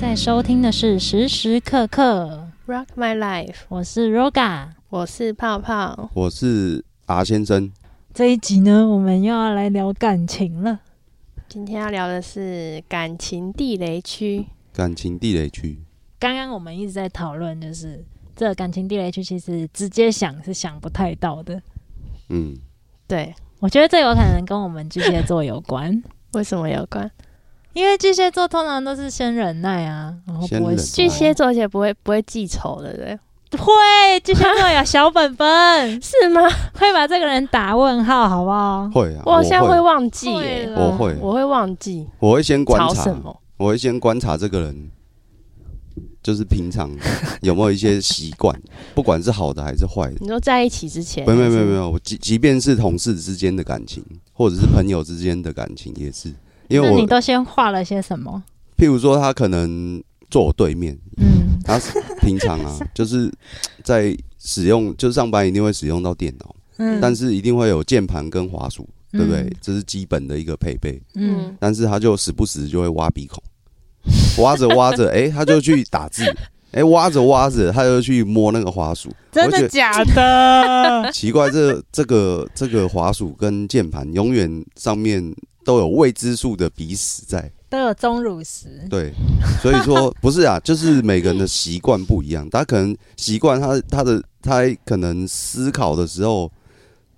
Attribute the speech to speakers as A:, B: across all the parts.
A: 在收听的是时时刻刻，
B: Rock My Life，
A: 我是 Roga。
B: 我是泡泡。
C: 我是 R 先生，
A: 这一集呢，我们又要来聊感情了。
B: 今天要聊的是感情地雷区，
C: 感情地雷区，
A: 刚刚我们一直在讨论，就是这感情地雷区，其实直接想是想不太到的。
C: 嗯，
B: 对，
A: 我觉得这有可能跟我们巨蟹座有关，
B: 为什么有 关？
C: 啊
A: 因为巨蟹座通常都是先忍耐啊，然后不
C: 先
A: 会
C: 忍耐
B: 巨
A: 巨
B: 蟹座而且不会不会记仇的，对，，
A: 会巨蟹座有小本本
B: 是吗？
C: 啊
A: 会把这个人打问号，好不好？
C: 会啊，
B: 我好像会
C: 会，
B: 忘记
A: 会
B: 耶、
A: 啦
C: 我会，
B: 我会忘记
C: 我会先观
B: 吵
C: 察
B: 什，
A: 哦
B: 么。
C: 我会先观察这个人，就是平 常有没有一些习惯，不管是好的还是坏的。
B: 你说在一起之前，
C: 没有没有没有
B: 还
C: 没
B: 是，
C: 有，我即即便是同事之间的感情，或者是朋友之间的感情，也是，因为
A: 那
C: 我
A: 你都先画了些什么？
C: 譬如说他可能坐我对面，
A: 嗯，
C: 他是平 常啊，就是在使用，就是上班一定会使用到电脑，
A: 嗯
C: 但是一定会有键盘跟滑鼠，对不对
A: 嗯？
C: 这是基本的一个配备。
A: 嗯，
C: 但是他就时不时就会挖鼻孔，挖着挖着，哎、他就去打字，哎、挖着挖着，他就去摸那个滑鼠。
A: 真
C: 我
A: 的
C: 就觉
A: 假 的？
C: 得奇怪，这这个这个滑鼠跟键盘永远上面都有未知数的鼻屎在，
A: 都有钟乳石，
C: 对，所以说不是啊，就是每个人的习惯不一样，他可能习惯他他的他可能思考的时候，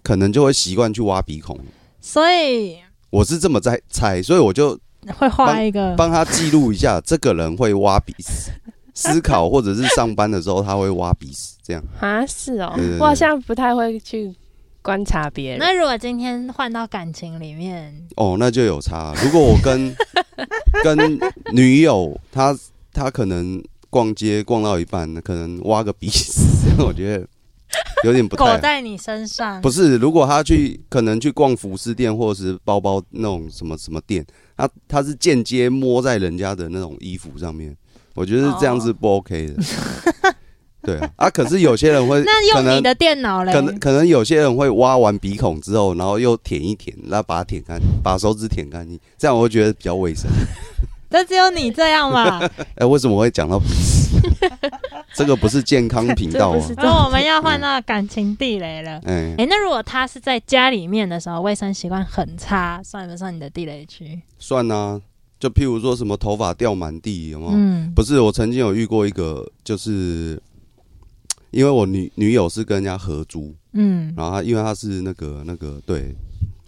C: 可能就会习惯去挖鼻孔。
A: 所以
C: 我是这么在猜，所以我就
A: 会画一个。
C: 帮他记录一下，这个人会挖鼻屎，思考或者是上班的时候他会挖鼻屎，这样
B: 啊，是哦、
C: 对对对
B: 我好像不太会去观察别人。
A: 那如果今天换到感情里面，
C: 哦，那就有差。如果我跟 跟女友，她她可能逛街逛到一半，可能挖个鼻屎，我觉得有点不
A: 狗
C: 太好。
A: 在你身上，
C: 不是，如果他去可能去逛服饰店或者是包包那种什么什么店，他他是间接摸在人家的那种衣服上面，我觉得这样是不 OK 的。对啊，啊，可是有些人会
A: 哦 那用
C: 可
A: 你
C: 能
A: 的电脑嘞
C: 可？能可能有些人会挖完鼻孔之后，然后又舔一舔，然后把它舔干，把手指舔干净，这样我会觉得比较卫生。
A: 那只有你这样 吧。
C: 哎、为什么会讲到鼻屎？这个不是健康频道
B: 这
C: 啊
B: 不是。
A: 然后我们要换到感情地雷了。
C: 哎、
A: 哎、那如果他是在家里面的时候，卫生习惯很差，算不算你的地雷区？
C: 算啊，就譬如说什么头发掉满地，有没有？
A: 嗯，
C: 不是，我曾经有遇过一个，就是因为我女女友是跟人家合租，
A: 嗯，
C: 然后她因为她是那个那个对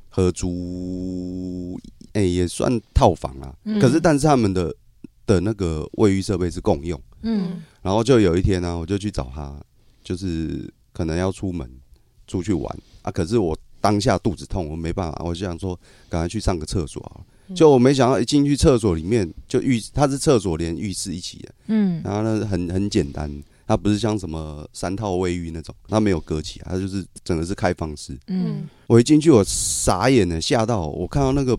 C: 合租，哎、也算套房啊啦、
A: 嗯
C: 可是但是他们的的那个卫浴设备是共用，
A: 嗯
C: 然后就有一天呢、我就去找她，就是可能要出门出去玩啊，可是我当下肚子痛，我没办法，我就想说赶快去上个厕所啊。就我没想到一进去厕所里面就浴，它是厕所连浴室一起的。
A: 嗯
C: 然后呢，很很简单，它不是像什么三套卫浴那种，它没有隔起来，它就是整个是开放式。
A: 嗯，
C: 我一进去，我傻眼了，吓到我看到那个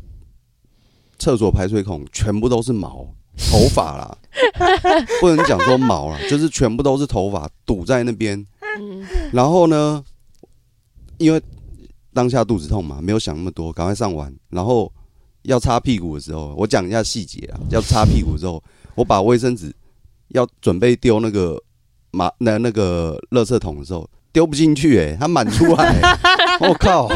C: 厕所排水孔全部都是毛、头发啦， 不能讲说毛啦，就是全部都是头发堵在那边。
B: 嗯，
C: 然后呢，因为当下肚子痛嘛，没有想那么多，赶快上完。然后要擦屁股的时候，我讲一下细节啊。要擦屁股的时候，我把卫生纸要准备丢那个马那那个垃圾桶的时候，丢不进去、欸，它满出来、欸 我、靠！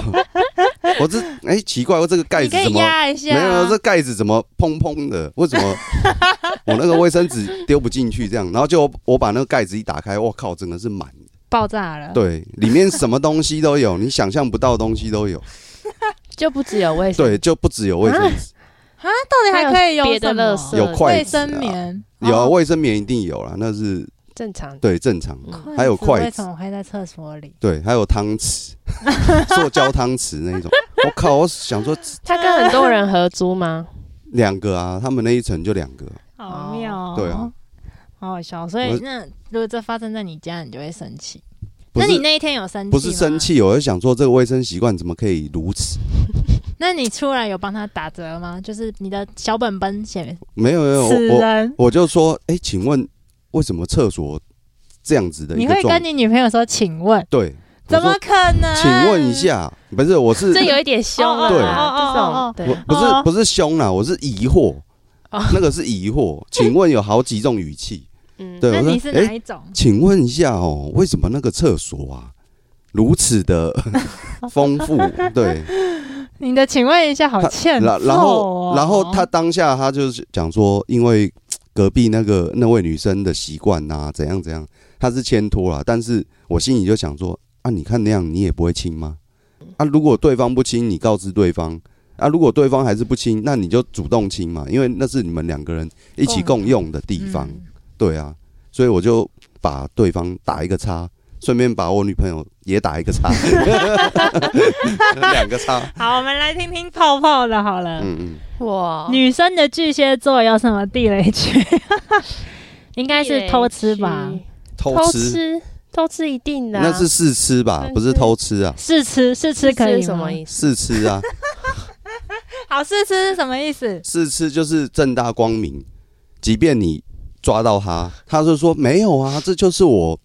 C: 我这哎、奇怪，我这个盖
A: 你
C: 子
A: 可
C: 怎
A: 以
C: 么
A: 压一下
C: 没
A: 啊，
C: 有，这盖子怎么砰砰的？为什么 我那个卫生纸丢不进去？这样，然后就我把那个盖子一打开，我靠，真的是满的。
A: 爆炸了。，
C: 对，里面什么东西都有，你想象不到的东西 都有。
B: 就不只有卫生，
C: 对，就不只有卫生纸，
A: 到底还可以用
B: 还有别的
A: 什么
B: 垃圾
C: 有筷
A: 卫
C: 子啊
A: 生棉，
C: 有啊
A: 哦
C: 卫生棉一定有啦，那是
B: 正常。
C: 对正常。
B: 嗯
C: 还有筷子
A: 为什么会在厕所里？
C: 对，还有汤匙， 塑胶汤匙那 一种。我靠，我想说
B: 他跟很多人合租吗？
C: 两个啊，他们那一层就两个。
A: 好妙、哦
C: 对啊，
A: 好好笑。所以
C: 我
A: 那如果这发生在你家，你就会生气。
C: 不
A: 那你
C: 是
A: 那一天有生气？
C: 不是生。气，我就想说这个卫生习惯怎么可以如此？
A: 那你出来有帮他打折吗？就是你的小本本写
C: 没有没有，
A: 此
C: 我我
A: 人，
C: 我就说，哎、请问为什么厕所这样子的一
A: 你
C: 个
A: 会
C: 状
A: 跟你女朋友说请问？
C: 对？我
A: 怎么
C: 说？
A: 可能？
C: 请问一，下，不是，我是
B: 这有一点凶了啦，
A: 哦哦哦哦哦
B: 这
C: 我
B: 种对，
C: 不
A: 哦
C: 是不是凶啦，我是疑惑，
B: 哦
C: 那个是疑惑。请问有好几种 语气，
B: 嗯，
C: 对
A: 那
C: 我说
A: 你是
C: 诶
A: 哪一种？
C: 请问一下哦，为什么那个厕所啊如此的 丰富？对，
A: 你的请问一下，好
C: 他
A: 欠
C: 然然
A: 揍
C: 后
A: 哦
C: 然后他当下他就是讲说，因为隔壁那个那位女生的习惯呐，怎样怎样，他是牵拖啦，但是我心里就想说，啊，你看那样你也不会亲吗？啊，如果对方不亲，你告知对方。啊，如果对方还是不亲，那你就主动亲嘛，因为那是你们两个人一起
A: 共
C: 共用的地方。
A: 嗯
C: 对啊，所以我就把对方打一个叉，顺便把我女朋友也打一个叉， 两个叉。
A: 好，我们来听听泡泡的好了。
C: 嗯嗯，
B: 哇，
A: 女生的巨蟹座有什么地雷区？ 应该是偷吃吧，
C: 偷
B: 偷
C: 吃，
B: 吃偷吃一定的啊，
C: 那是试吃吧
B: 但，是
C: 不是偷吃啊，
A: 试吃试吃
B: 是
A: 可以吗
B: 什么意思？
C: 试吃啊，
A: 好，试吃是什么意思？
C: 试吃就是正大光明，即便你抓到他，他就说没有啊，这就是我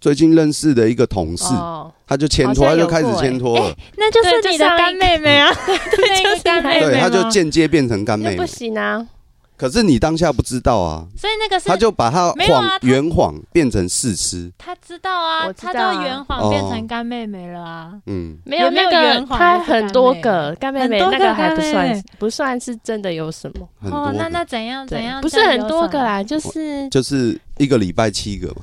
C: 最近认识的一个同事，
B: 哦，
C: 他就牵
B: 好
C: 拖，他
B: 像有
C: 就开始
B: 过欸
C: 牵拖了，
A: 那就是
B: 对
A: 你
B: 就
A: 的
B: 上一
A: 干妹妹 啊，对，
B: 就是
A: 干妹妹
C: 对，
A: 吗
C: 他就间接变成干
B: 那
C: 妹
B: 不
C: 妹。
B: 行啊，
C: 可是你当下不知道啊，
A: 所以那个是
C: 他就把他
A: 没有啊
C: 谎
A: 他
C: 圆谎变成试吃，
A: 他知道啊，
B: 我知
A: 他
B: 道啊
A: 到圆谎变
C: 哦
A: 成干妹妹了啊。
C: 嗯，
B: 没
A: 有没
B: 那
A: 有
B: 个
A: 圆，环
B: 它
A: 还是
B: 很
A: 干
B: 多
A: 妹
B: 个干妹
A: 很
B: 妹，
A: 多
B: 那
A: 个
B: 个还
A: 干
B: 不
A: 妹妹
B: 算不算是真的有什么，
C: 很
A: 哦
C: 多，
A: 那
C: 个
A: 那怎样怎
B: 对
A: 样，？
B: 不是很多个，
A: 啊
B: 啦，就是
C: 就是一个礼拜七个嘛，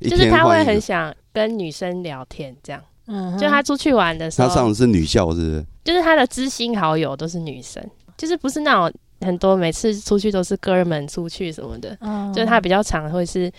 C: 一
B: 就是
C: 天
B: 他
C: 换
B: 会
C: 一
B: 很
C: 个。
B: 想跟女生聊天，这样，
A: 嗯哼，
B: 就他出去玩的时
C: 他上
B: 候，
C: 的是女校，是不是？
B: 就是他的知心好友都是女生，就是不是那种很多每次出去都是哥们出去什么的，
A: 嗯，
B: 就是他比较常会是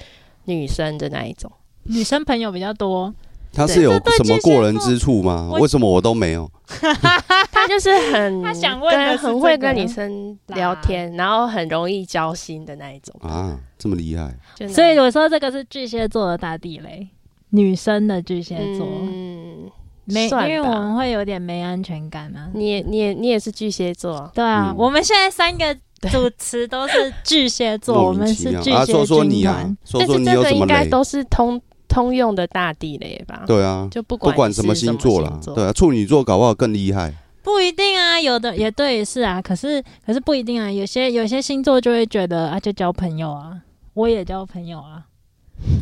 B: 女生的那一种。
A: 女生朋友比较多，
C: 他
B: 对
C: 是有
A: 这对
C: 什么
A: 巨蟹
C: 过人
A: 座
C: 之处吗？
A: 我
C: 为什么我都没有？
B: 他就是很
A: 他想问的
B: 跟
A: 是这
B: 很会
A: 个啊
B: 跟女生聊天，然后很容易交心的那一种。
C: 啊，这么厉害！
B: 就那
A: 所以我说这个是巨蟹座的大地雷，女生的巨蟹座
B: 嗯，
A: 没，因
B: 算
A: 为
B: 吧
A: 我们会有点没安全感啊。
B: 你也你也你也是巨蟹座，
A: 对啊，
C: 嗯
A: 我们现在三个主持都是巨蟹座，我
C: 莫
A: 们
C: 名其
A: 是
C: 妙
A: 巨
C: 啊，
A: 蟹
C: 说说你
A: 军
C: 啊
A: 团。，
C: 说说
B: 但是
C: 你
B: 这
C: 有
B: 个
C: 什么
B: 应该
C: 雷？
B: 都是通通用的大地雷吧？
C: 对啊，
B: 就不
C: 不
B: 管
C: 管
B: 你
C: 什
B: 是
C: 么
B: 么
C: 星座啦
B: 星，座
C: 对啊，处女座搞不好更厉害。
A: 不一定啊，有的也对是啊，可是可是不一定啊，有些有些星座就会觉得啊，就交朋友啊，我也交朋友啊，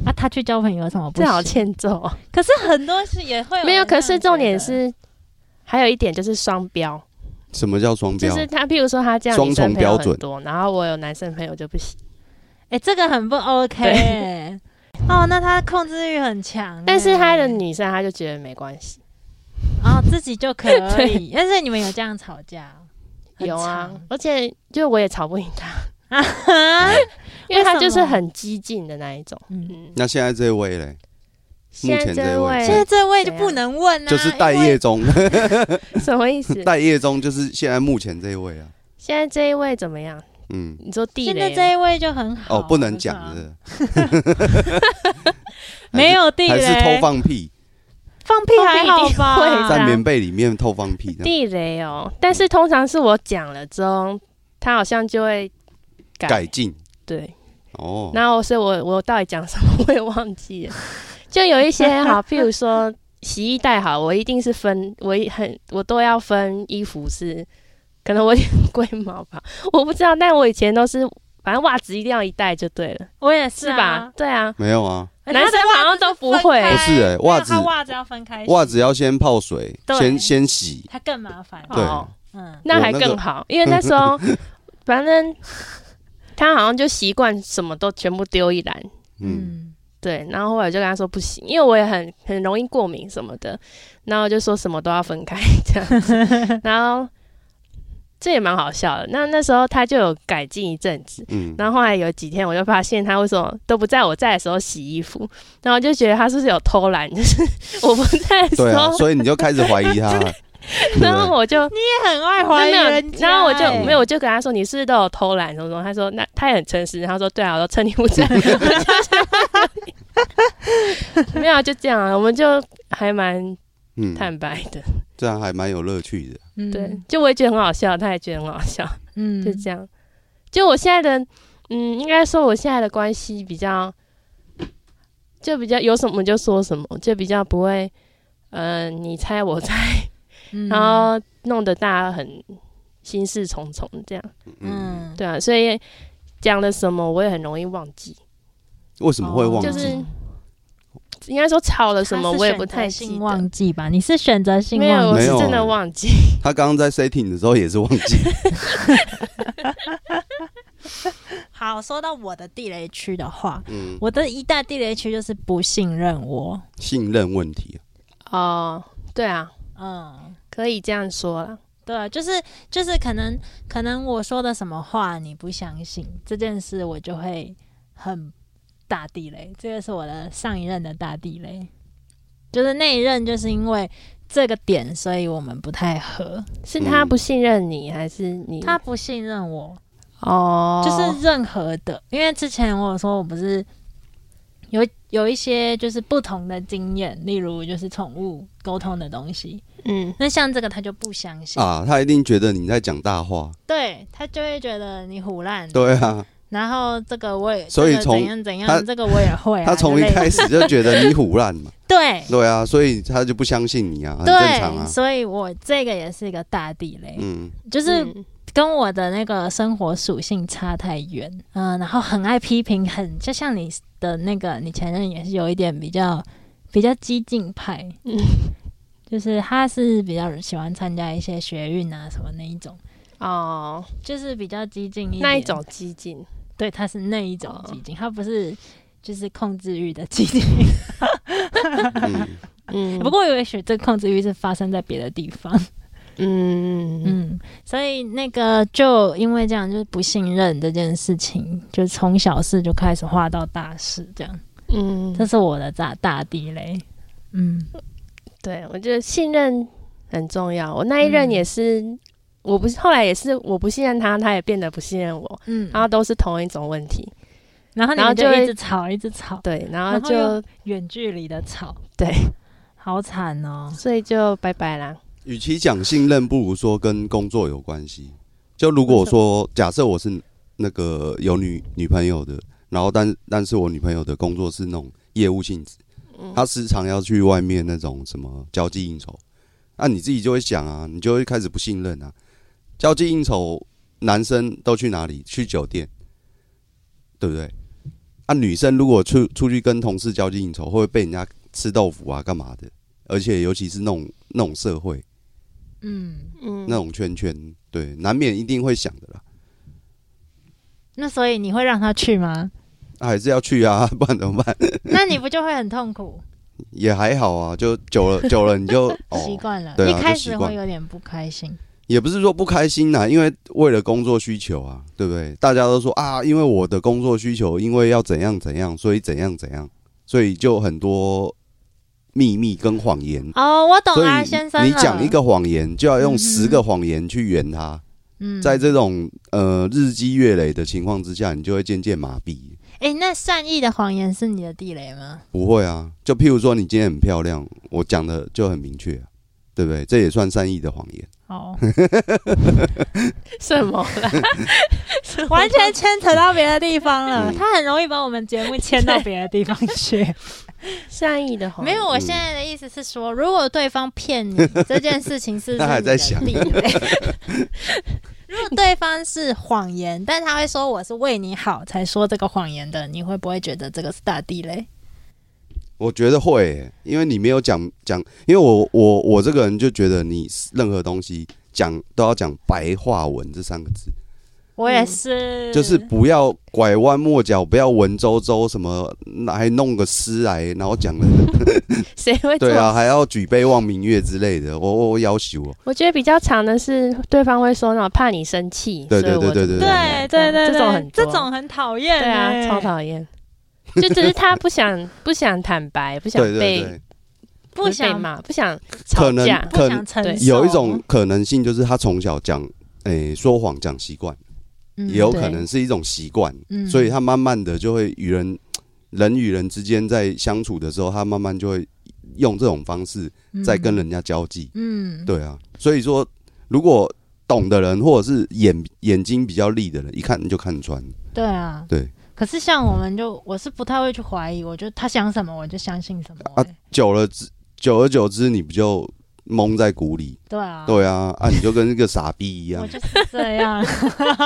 A: 啊，他去交朋友有什么不
B: 这好
A: 行？
B: 欠揍哦。
A: 可是很多是也会
B: 没有，
A: 人
B: 可
A: 这
B: 是
A: 样
B: 重
A: 觉
B: 点
A: 得
B: 是还有一点就是双标，
C: 什么叫双
B: 就
C: 标？
B: 是他譬如说他这样
C: 双
B: 女生
C: 重
B: 朋友
C: 标
B: 很
C: 准
B: 多，然后我有男生朋友就不行。
A: 哎、这个很不 OK
B: 对
A: 欸、 哦，那他控制欲很强欸、
B: 但是他的女生他就觉得没关系，
A: 哦自己就可以
B: 对，
A: 但是你们有这样吵架？很
B: 有啊
A: 长，
B: 而且就我也吵不赢他，
A: 啊哈，
B: 因为他
A: 为什
B: 就是
A: 么
B: 很激进的那一种。
A: 嗯，
B: 嗯，
C: 那现在这位嘞，
B: 现在
C: 前这位
A: 现在
B: 位
A: 这位就
B: 怎样
A: 不能问啊，
C: 就是待
A: 因为
C: 业中，
B: 什么意思？
C: 待业中就是现在目前这位啊，
B: 现在这一位怎么样？
C: 嗯，
B: 你说地
A: 现在
B: 雷哦
A: 这
B: 吗？
A: 一位就很好
C: 哦，不能
A: 好
C: 讲
A: 好
C: 的，
A: 没有地
C: 还
A: 雷，
C: 是偷放屁，
A: 放屁还好
B: 放屁一定
A: 吧？
B: 会的
C: 在棉被里面偷放屁这样，
B: 地雷哦，但是通常是我讲了之后，他好像就会改。
C: 改进
B: 对，
C: 哦，
B: 然后所以我我到底讲什么我也忘记 了，就有一些好，譬如说 洗衣袋好，我一定是分，我一很我都要分衣服是，可能我有点龟毛吧，我不知道，但我以前都是。反正袜子一定要一袋就对了，
A: 我也是
B: 是吧
A: 啊？，
B: 对啊，
C: 没有啊，
A: 而且
B: 男
A: 他的
B: 生好像都不会
A: 袜子分开
C: 不是欸袜子
A: 没有他袜子要分开，
C: 袜子要先泡水，
A: 对
C: 先先洗，
A: 它更麻烦。
C: 对
B: 哦
A: 嗯，
B: 那
C: 我
B: 还
C: 那个
B: 更好，因为那时 候反正他好像就习惯什么都全部丢一篮，
C: 嗯，
A: 嗯，
B: 对，然后后来我就跟他说不行，因为我也很很容易过敏什么的，然后就说什么都要分开 这样 子，然后这也蛮好笑的。那那时候他就有改进一阵子，
C: 嗯，
B: 然后后来有几天我就发现他为什么都不在我在的时候洗衣服，然后我就觉得他是不是有偷懒，就是 我不在 的时
C: 对啊，
B: 候，
C: 所以你就开始怀疑他了，
B: 然后我就
A: 也很爱
B: 那
A: 怀疑
B: 没有
A: 人家欸。
B: 然后我就
C: 欸
B: 没有，我就跟他说你是不是都有偷懒什么什么？他说那他也很诚实，他说对啊，我都趁你不在，我就是没有啊就这样啊，我们就还蛮
C: 嗯，
B: 坦白的，
C: 这样还蛮有乐趣的，
A: 嗯
B: 对，就我也觉得很好笑，他也觉得很好笑，
A: 嗯，
B: 就这样。就我现在的，嗯，应该说我现在的关系比较，就比较有什么就说什么，就比较不会，嗯、你猜我猜，
A: 嗯
B: 然后弄得大家很心事重重这样。
C: 嗯，
A: 嗯，
B: 对啊，所以讲了什么我也很容易忘记，
C: 为什么会忘
A: 哦
C: 记？
B: 就是应该说吵了什么
A: 他是
B: 我也不太
A: 选择
B: 记
A: 性
B: 得。
A: 忘记吧？你是选择性
B: 没有，
A: 忘
B: 我
A: 记
B: 是
C: 没有啊
B: 真的忘记。
C: 他刚刚在 setting 的时候也是忘记，
A: 好，说到我的地雷区的话，
C: 嗯，
A: 我的一大地雷区就是不信任我。
C: 信任问题，
B: 哦， 对啊，
A: 嗯，
B: 可以这样说啦。
A: 对啊，就是就是可能可能我说的什么话你不相信这件事，我就会很大地雷。这个是我的上一任的大地雷，就是那一任就是因为这个点，所以我们不太合。
B: 是他
C: 嗯
B: 不信任你，还是你
A: 他不信任我，
B: 哦？
A: 就是任何的，因为之前我有说我不是有有一些就是不同的经验，例如就是宠物沟通的东西，
B: 嗯，
A: 那像这个他就不相信，
C: 啊，他一定觉得你在讲大话，
A: 对他就会觉得你胡乱，
C: 对啊，
A: 然后这个我也，
C: 所以
A: 这个
C: 从
A: 怎样怎
C: 他
A: 样，这个我也会、啊，
C: 他从一
A: 之类的
C: 开始就觉得你胡乱嘛，
A: 对
C: 对啊，所以他就不相信你啊，很正常
A: 对，
C: 啊，
A: 所以我这个也是一个大地雷，
C: 嗯，
A: 就是
B: 嗯
A: 跟我的那个生活属性差太远，嗯、然后很爱批评，很就像你的那个你前任也是有一点比较比较激进派，
B: 嗯
A: 就是他是比较喜欢参加一些学运啊什么那一种，
B: 哦，
A: 就是比较激进一
B: 那一
A: 点
B: 种，激进，
A: 对，他是那一种
B: 哦
A: 激进，他不是就是控制欲的激进，
C: 嗯，
B: 嗯，
A: 啊不过也许这控制欲是发生在别的地方。
B: 嗯，嗯
A: 嗯，所以那个就因为这样，就是不信任这件事情，就从小事就开始画到大事，这样，
B: 嗯，
A: 这是我的大大地雷。嗯，
B: 对，我觉得信任很重要。我那一任
A: 嗯
B: 也是，我不是后来也是我不信任他，他也变得不信任我，
A: 嗯
B: 然后都是同一种问题。
A: 然后你
B: 然后
A: 们就
B: 就
A: 一
B: 会
A: 直吵，一直吵，
B: 对，然后
A: 然后
B: 就
A: 又远距离的吵，
B: 对，
A: 好惨哦。
B: 所以就拜拜啦。
C: 与其讲信任，不如说跟工作有关系。就如果我说，假设我是那个有女女朋友的，然后但但是我女朋友的工作是那种业务性质，她时常要去外面那种什么交际应酬，那、你自己就会想啊，你就会开始不信任啊。交际应酬，男生都去哪里？去酒店，对不对？啊，女生如果出出去跟同事交际应酬，会不会被人家吃豆腐啊，干嘛的？而且尤其是那种那种社会，
A: 嗯，
B: 嗯，
C: 那种圈圈，对，难免一定会想的啦，
A: 那所以你会让他去 吗？
C: 啊还是要去啊， 不然怎么办？
A: 那你不就会很痛苦？
C: 也还好啊，就久 了久了你就
A: 习
C: 哦，
A: 惯了，
C: 对啊
A: 一开
C: 就习
A: 始
C: 惯
A: 会有点不开心。
C: 也不是说不开心啦，因为为了工作需求啊，对不对？大家都说啊，因为我的工作需求，因为要怎样怎样，所以怎样怎样，所以就很多秘密跟谎言。
A: 哦，我懂
C: 所
A: 啊，
C: 以
A: 先生了。
C: 你讲一个谎言，就要
A: 嗯
C: 用
A: 哼
C: 十个谎言去圆它。
A: 嗯，
C: 在这种呃日积月累的情况之下，你就会渐渐麻痹。
A: 哎，那善意的谎言是你的地雷吗？
C: 不会啊，就譬如说你今天很漂亮，我讲的就很明确、啊，对不对？这也算善意的谎言。
A: 哦。
B: 什么啦？什么
A: 完全牵扯到别的地方了。
C: 嗯
A: 他很容易把我们节目牵到别的地方 去。
B: 善意的谎
A: 没
B: 言
A: 有，我现在的意思是说，如果对方骗你这件事情 是不是
C: 他还在想
A: 你的地雷如果对方是谎言，但他会说我是为你好才说这个谎言的，你会不会觉得这个是大地雷？
C: 我觉得会欸、因为你没有讲讲，因为我我我这个人就觉得你任何东西讲都要讲白话文这三个字，
A: 我也是，
C: 就是不要拐弯抹角，不要文绉绉什么，还弄个诗来，然后讲了
B: 谁会做
C: 对？啊，还要举杯望明月之类的，我我我要求哦，
B: 我觉得比较长的是对方会说那种怕你生气，
C: 对
B: 所以
C: 对
B: 我
C: 对对对
A: 对对对，
B: 这种很
A: 这
B: 多
A: 种很讨厌、欸
B: 对啊，超讨厌。就只是他不想不想坦白，不想
C: 对对
B: 被
C: 对，
A: 不
B: 被
A: 想
B: 骂，不想
C: 可
B: 吵
C: 能
B: 架。
A: 不想承
B: 对
A: 受，
C: 有一种可能性就是他从小讲诶、说谎讲习惯，
A: 嗯
C: 也有
B: 对
C: 可能是一种习惯。
A: 嗯
C: 所以他慢慢的就会与人人与人之间在相处的时候，他慢慢就会用这种方式在跟人家交际。
A: 嗯嗯，嗯，
C: 对啊，所以说如果懂的人或者是眼眼睛比较利的人，一看就看穿。
A: 对啊，
C: 对。
A: 可是像我们就我是不太会去怀疑，我觉得他想什么我就相信什么、
C: 啊
A: 欸
C: 久了之久而久之，你不就蒙在鼓里。
A: 对啊，
C: 对啊，啊，你就跟一个傻逼一 样
A: 我。就是这 样。但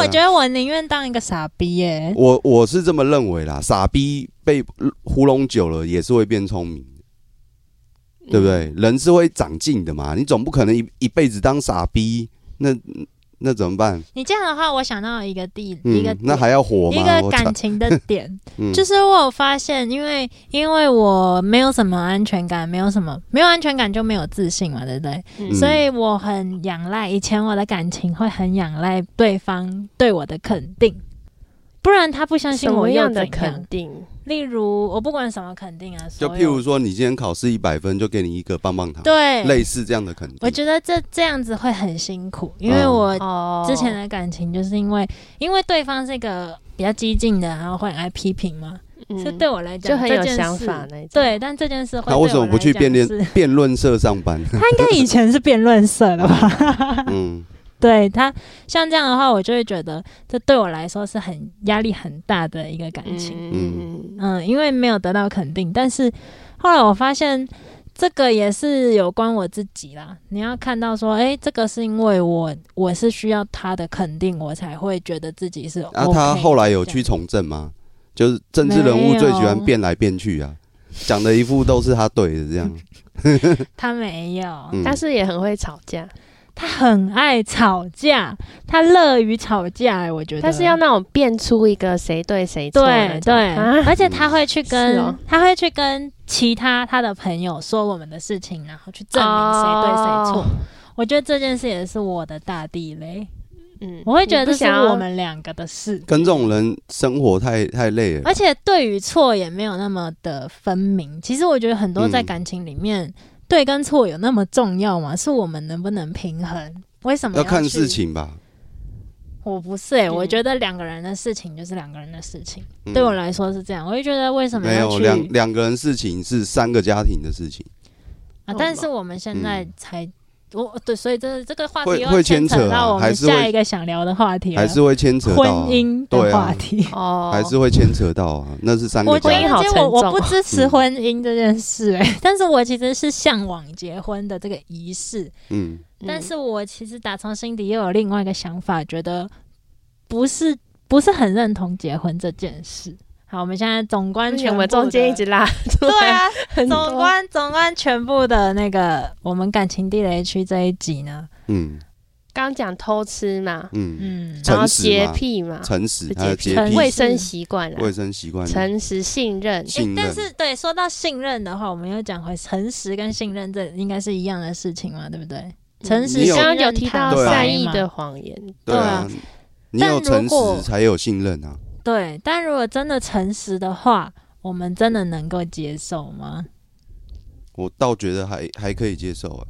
A: 我觉得我宁愿当一个傻逼欸耶、
C: 啊我我是这么认为啦，傻逼被糊弄久了也是会变聪明的，
A: 嗯
B: 嗯
C: 对不对？人是会长进的嘛，你总不可能一一辈子当傻逼，那那怎么办？
A: 你这样的话，我想到一个地，一个
C: 嗯，那还要活
A: 一
C: 吗？
A: 个
C: 我操
A: 感，情的点，
C: 嗯
A: 就是我有发现，因为因为我没有什么安全感，没有什么没有安全感就没有自信嘛，对不对？
B: 嗯
A: 所以我很仰赖，以前我的感情会很仰赖对方对我的肯定，不然他不相信
B: 什
A: 我
B: 么
A: 又
B: 样的
A: 怎
B: 肯
A: 样？
B: 定？
A: 例如，我不管什么肯定啊，
C: 就
A: 所
C: 譬
A: 有
C: 如说，你今天考试一百分，就给你一个棒棒糖，
A: 对，
C: 类似这样的肯定。
A: 我觉得这这样子会很辛苦，因为
C: 嗯
A: 我呃
B: 哦，
A: 之前的感情就是因为因为对方是一个比较激进的，然后会很爱批评嘛，
B: 嗯
A: 这对我来讲
B: 就很有
A: 这件
B: 想
A: 事
B: 法那一种。
A: 对，但这件事会
C: 那为什么不去辩
A: 论？
C: 论辩论社上班？
A: 他应该以前是辩论社的吧？
C: 嗯，
A: 对他像这样的话，我就会觉得这对我来说是很压力很大的一个感情。
B: 嗯，嗯，
A: 嗯，因为没有得到肯定，但是后来我发现这个也是有关我自己啦。你要看到说，诶，这个是因为我我是需要他的肯定，我才会觉得自己是 OK
C: 那、
A: 的。
C: 啊他后来有去从政吗？就是政治人物最喜欢变来变去啊，讲的一副都是他对的这样。
A: 他没有，
C: 嗯，
B: 但是也很会吵架，
A: 他很爱吵架，他乐于吵架、诶我觉得。
B: 但是要那种变出一个谁对谁错那
A: 对
B: 种，
A: 对，
B: 啊，
A: 而且他会去跟、
B: 是哦
A: 他会去跟其他他的朋友说我们的事情，然后去证明谁对谁错。
B: 哦
A: 我觉得这件事也是我的大地雷，
B: 嗯
A: 我会觉
B: 你
A: 得
B: 不
A: 这是
B: 想要
A: 我们两个的事，
C: 跟这种人生活太太累了。
A: 而且对与错也没有那么的分明。其实我觉得很多在
C: 嗯
A: 感情里面，对跟错有那么重要吗？是我们能不能平衡？为什么
C: 要
A: 去
C: 看事？情吧。
A: 我不是、欸，
B: 嗯
A: 我觉得两个人的事情就是两个人的事情，
C: 嗯
A: 对我来说是这样。我就觉得为什么
C: 没
A: 要
C: 有
A: 去？
C: 两两个人事情是三个家庭的事情，
A: 啊，
B: 哦
A: 但
B: 嘛
A: 是我们现在
C: 嗯
A: 才，我对，所以这这个话题
C: 会
A: 又
C: 会
A: 牵
C: 牵扯啊
A: 到我们
C: 还是
A: 下
C: 会
A: 一个想聊的话题了
C: 还，是会牵扯
A: 婚
C: 到啊、
A: 姻
C: 对
A: 的
C: 啊
A: 话题。
B: 哦，
C: 还是会牵扯到啊，那是三
A: 我
C: 个
A: 觉
C: 家
A: 得
B: 婚姻
C: 庭。
B: 好
A: 这
B: 沉
A: 我我
B: 重
A: 不
B: 哦
A: 支持
C: 嗯
A: 婚姻这件事、哎、 但是我其实是向往结婚的这个仪式，
C: 嗯，
B: 嗯
A: 但是我其实打从心底又有另外一个想法，觉得不是不是很认同结婚这件事。好，我们现在总观
B: 而且
A: 全
B: 我们
A: 部
B: 中间
A: 的
B: 一直拉出
A: 对
B: 来
A: 啊，
B: 很多，
A: 总观总观全部的那个 我们感情地雷区这一集呢，
C: 嗯
B: 刚讲偷吃嘛，
C: 嗯，
A: 嗯，
B: 然后
C: 诚实
B: 洁
C: 嘛，
B: 癖嘛，
C: 诚实
B: 是
C: 还有
B: 洁
C: 洁
A: 癖诚
B: 卫
C: 癖、
B: 生习惯啊
C: 卫，生习惯、
B: 诚实、信任，
C: 信任。
A: 但是对，说到信任的话，我们又讲回诚实跟信任，这应该是一样的事情嘛，对不对？诚实
C: 你有
B: 嗯刚刚有提到
C: 对啊
B: 善意的谎言，
C: 对啊，你有
A: 但如
C: 诚
A: 果
C: 实才有信任啊。
A: 对，但如果真的诚实的话，我们真的能够接受吗？
C: 我倒觉得还还可以接受啊。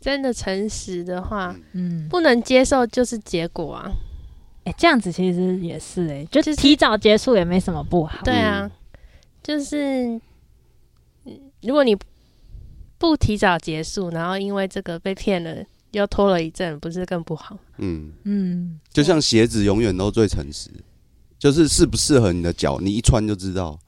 B: 真的诚实的话，
A: 嗯，
B: 不能接受就是结果啊。
A: 哎、这样子其实也是哎、就
B: 就是
A: 提早结束也没什么不好。
B: 对
C: 嗯
B: 啊，就是嗯如果你不提早结束，然后因为这个被骗了，又拖了一阵，不是更不好？
C: 嗯，
A: 嗯，
C: 就像鞋子永远都最诚实，就是适不适合你的脚，你一穿就知道，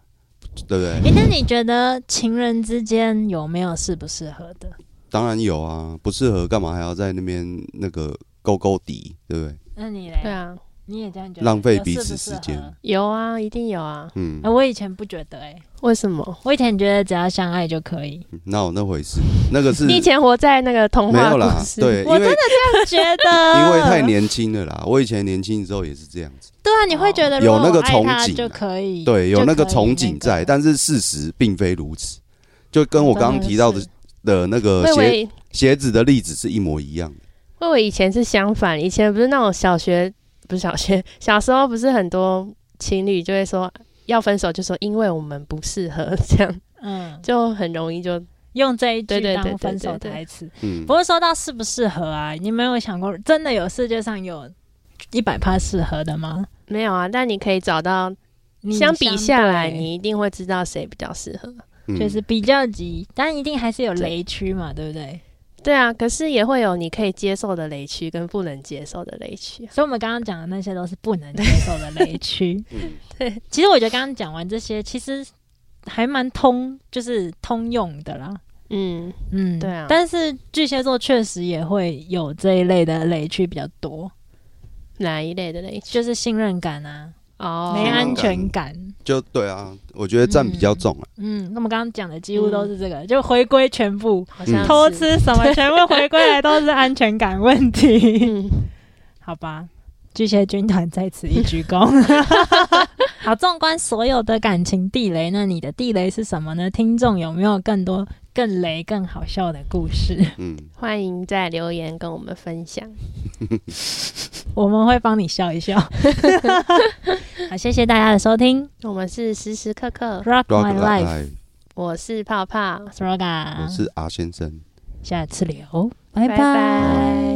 C: 对不对？
A: 哎、那你觉得情人之间有没有适不适合的？
C: 当然有啊，不适合干嘛还要在那边那个勾勾底，对不对？
A: 那你嘞？
B: 对啊，
A: 你也这样觉得？
C: 浪费
A: 有
C: 彼
A: 适不
C: 此
A: 适
C: 时间
A: 合
B: 有啊，一定有啊。
C: 嗯
A: 哎、，我以前不觉得哎、
B: 为什么？
A: 我以前觉得只要相爱就可以。
C: 哪有那回事？那个是
B: 你以前活在那个童
C: 没
B: 话
C: 有
B: 故
C: 啦，
B: 事，
C: 对，因
A: 我
C: 为
A: 真的这样觉得，
C: 因为太年轻了啦。我以前年轻的时候也是这样子，
A: 对啊，你会觉得如果
C: 哦有那个
A: 我爱他
C: 憧憬啊
A: 就可以，
C: 对，有那个憧憬
A: 就可以那
C: 在，
A: 个
C: 但是事实并非如此。就跟我刚刚提到的
A: 真
C: 的那个
B: 魏
C: 鞋
B: 伟，
C: 鞋子的例子是一模一样的。
B: 魏伟以前是相反，以前不是那种小学，不是小学，小时候不是很多情侣就会说要分手，就说因为我们不适合， 这样
A: 嗯，
B: 就很容易就
A: 用这一句
B: 对对对
A: 当分手
B: 对对对
A: 台词。
C: 嗯，
A: 不过说到适不适合啊，你没有想过，真的有世界上有一百趴适合的吗？
B: 没有啊。但你可以找到
A: 你
B: 相比下来，
A: 对
B: 你一定会知道谁比较适合。
C: 嗯
A: 就是比较急，但一定还是有雷区嘛，对不对？
B: 对啊，可是也会有你可以接受的雷区跟不能接受的雷区。啊
A: 所以我们刚刚讲的那些都是不能接受的雷 区。
C: 嗯
B: 对，
A: 其实我觉得刚刚讲完这些，其实还蛮通，就是通用的啦。
B: 嗯，
A: 嗯，
B: 对啊
A: 但是巨蟹座确实也会有这一类的雷区比较多，
B: 哪一类的类型？
A: 就是信任感啊，
B: 哦，
A: 没安全感。
C: 就对啊，我觉得占比较重啊。
A: 嗯，那么刚刚讲的几乎都是这个，就回归全部，
B: 好像嗯
C: 嗯
B: 是
A: 偷。吃什么全部回归来都是安全感问题。
B: 嗯，
A: 好吧，巨蟹军团在此一鞠 躬。好，纵观所有的感情地雷，那你的地雷是什么呢？听众有没有更多更雷、更好笑的故事？
C: 嗯，
B: 欢迎在留言跟我们分享。
A: 我们会帮你笑一 笑。好，谢谢大家的收听
B: 我们是时时刻刻，
A: ，Rock My 啊
C: Rock
A: Life，
C: Life，
B: 我是泡泡，
A: s r o g a
C: 我是阿先生。
A: 下次聊，拜
B: 拜拜。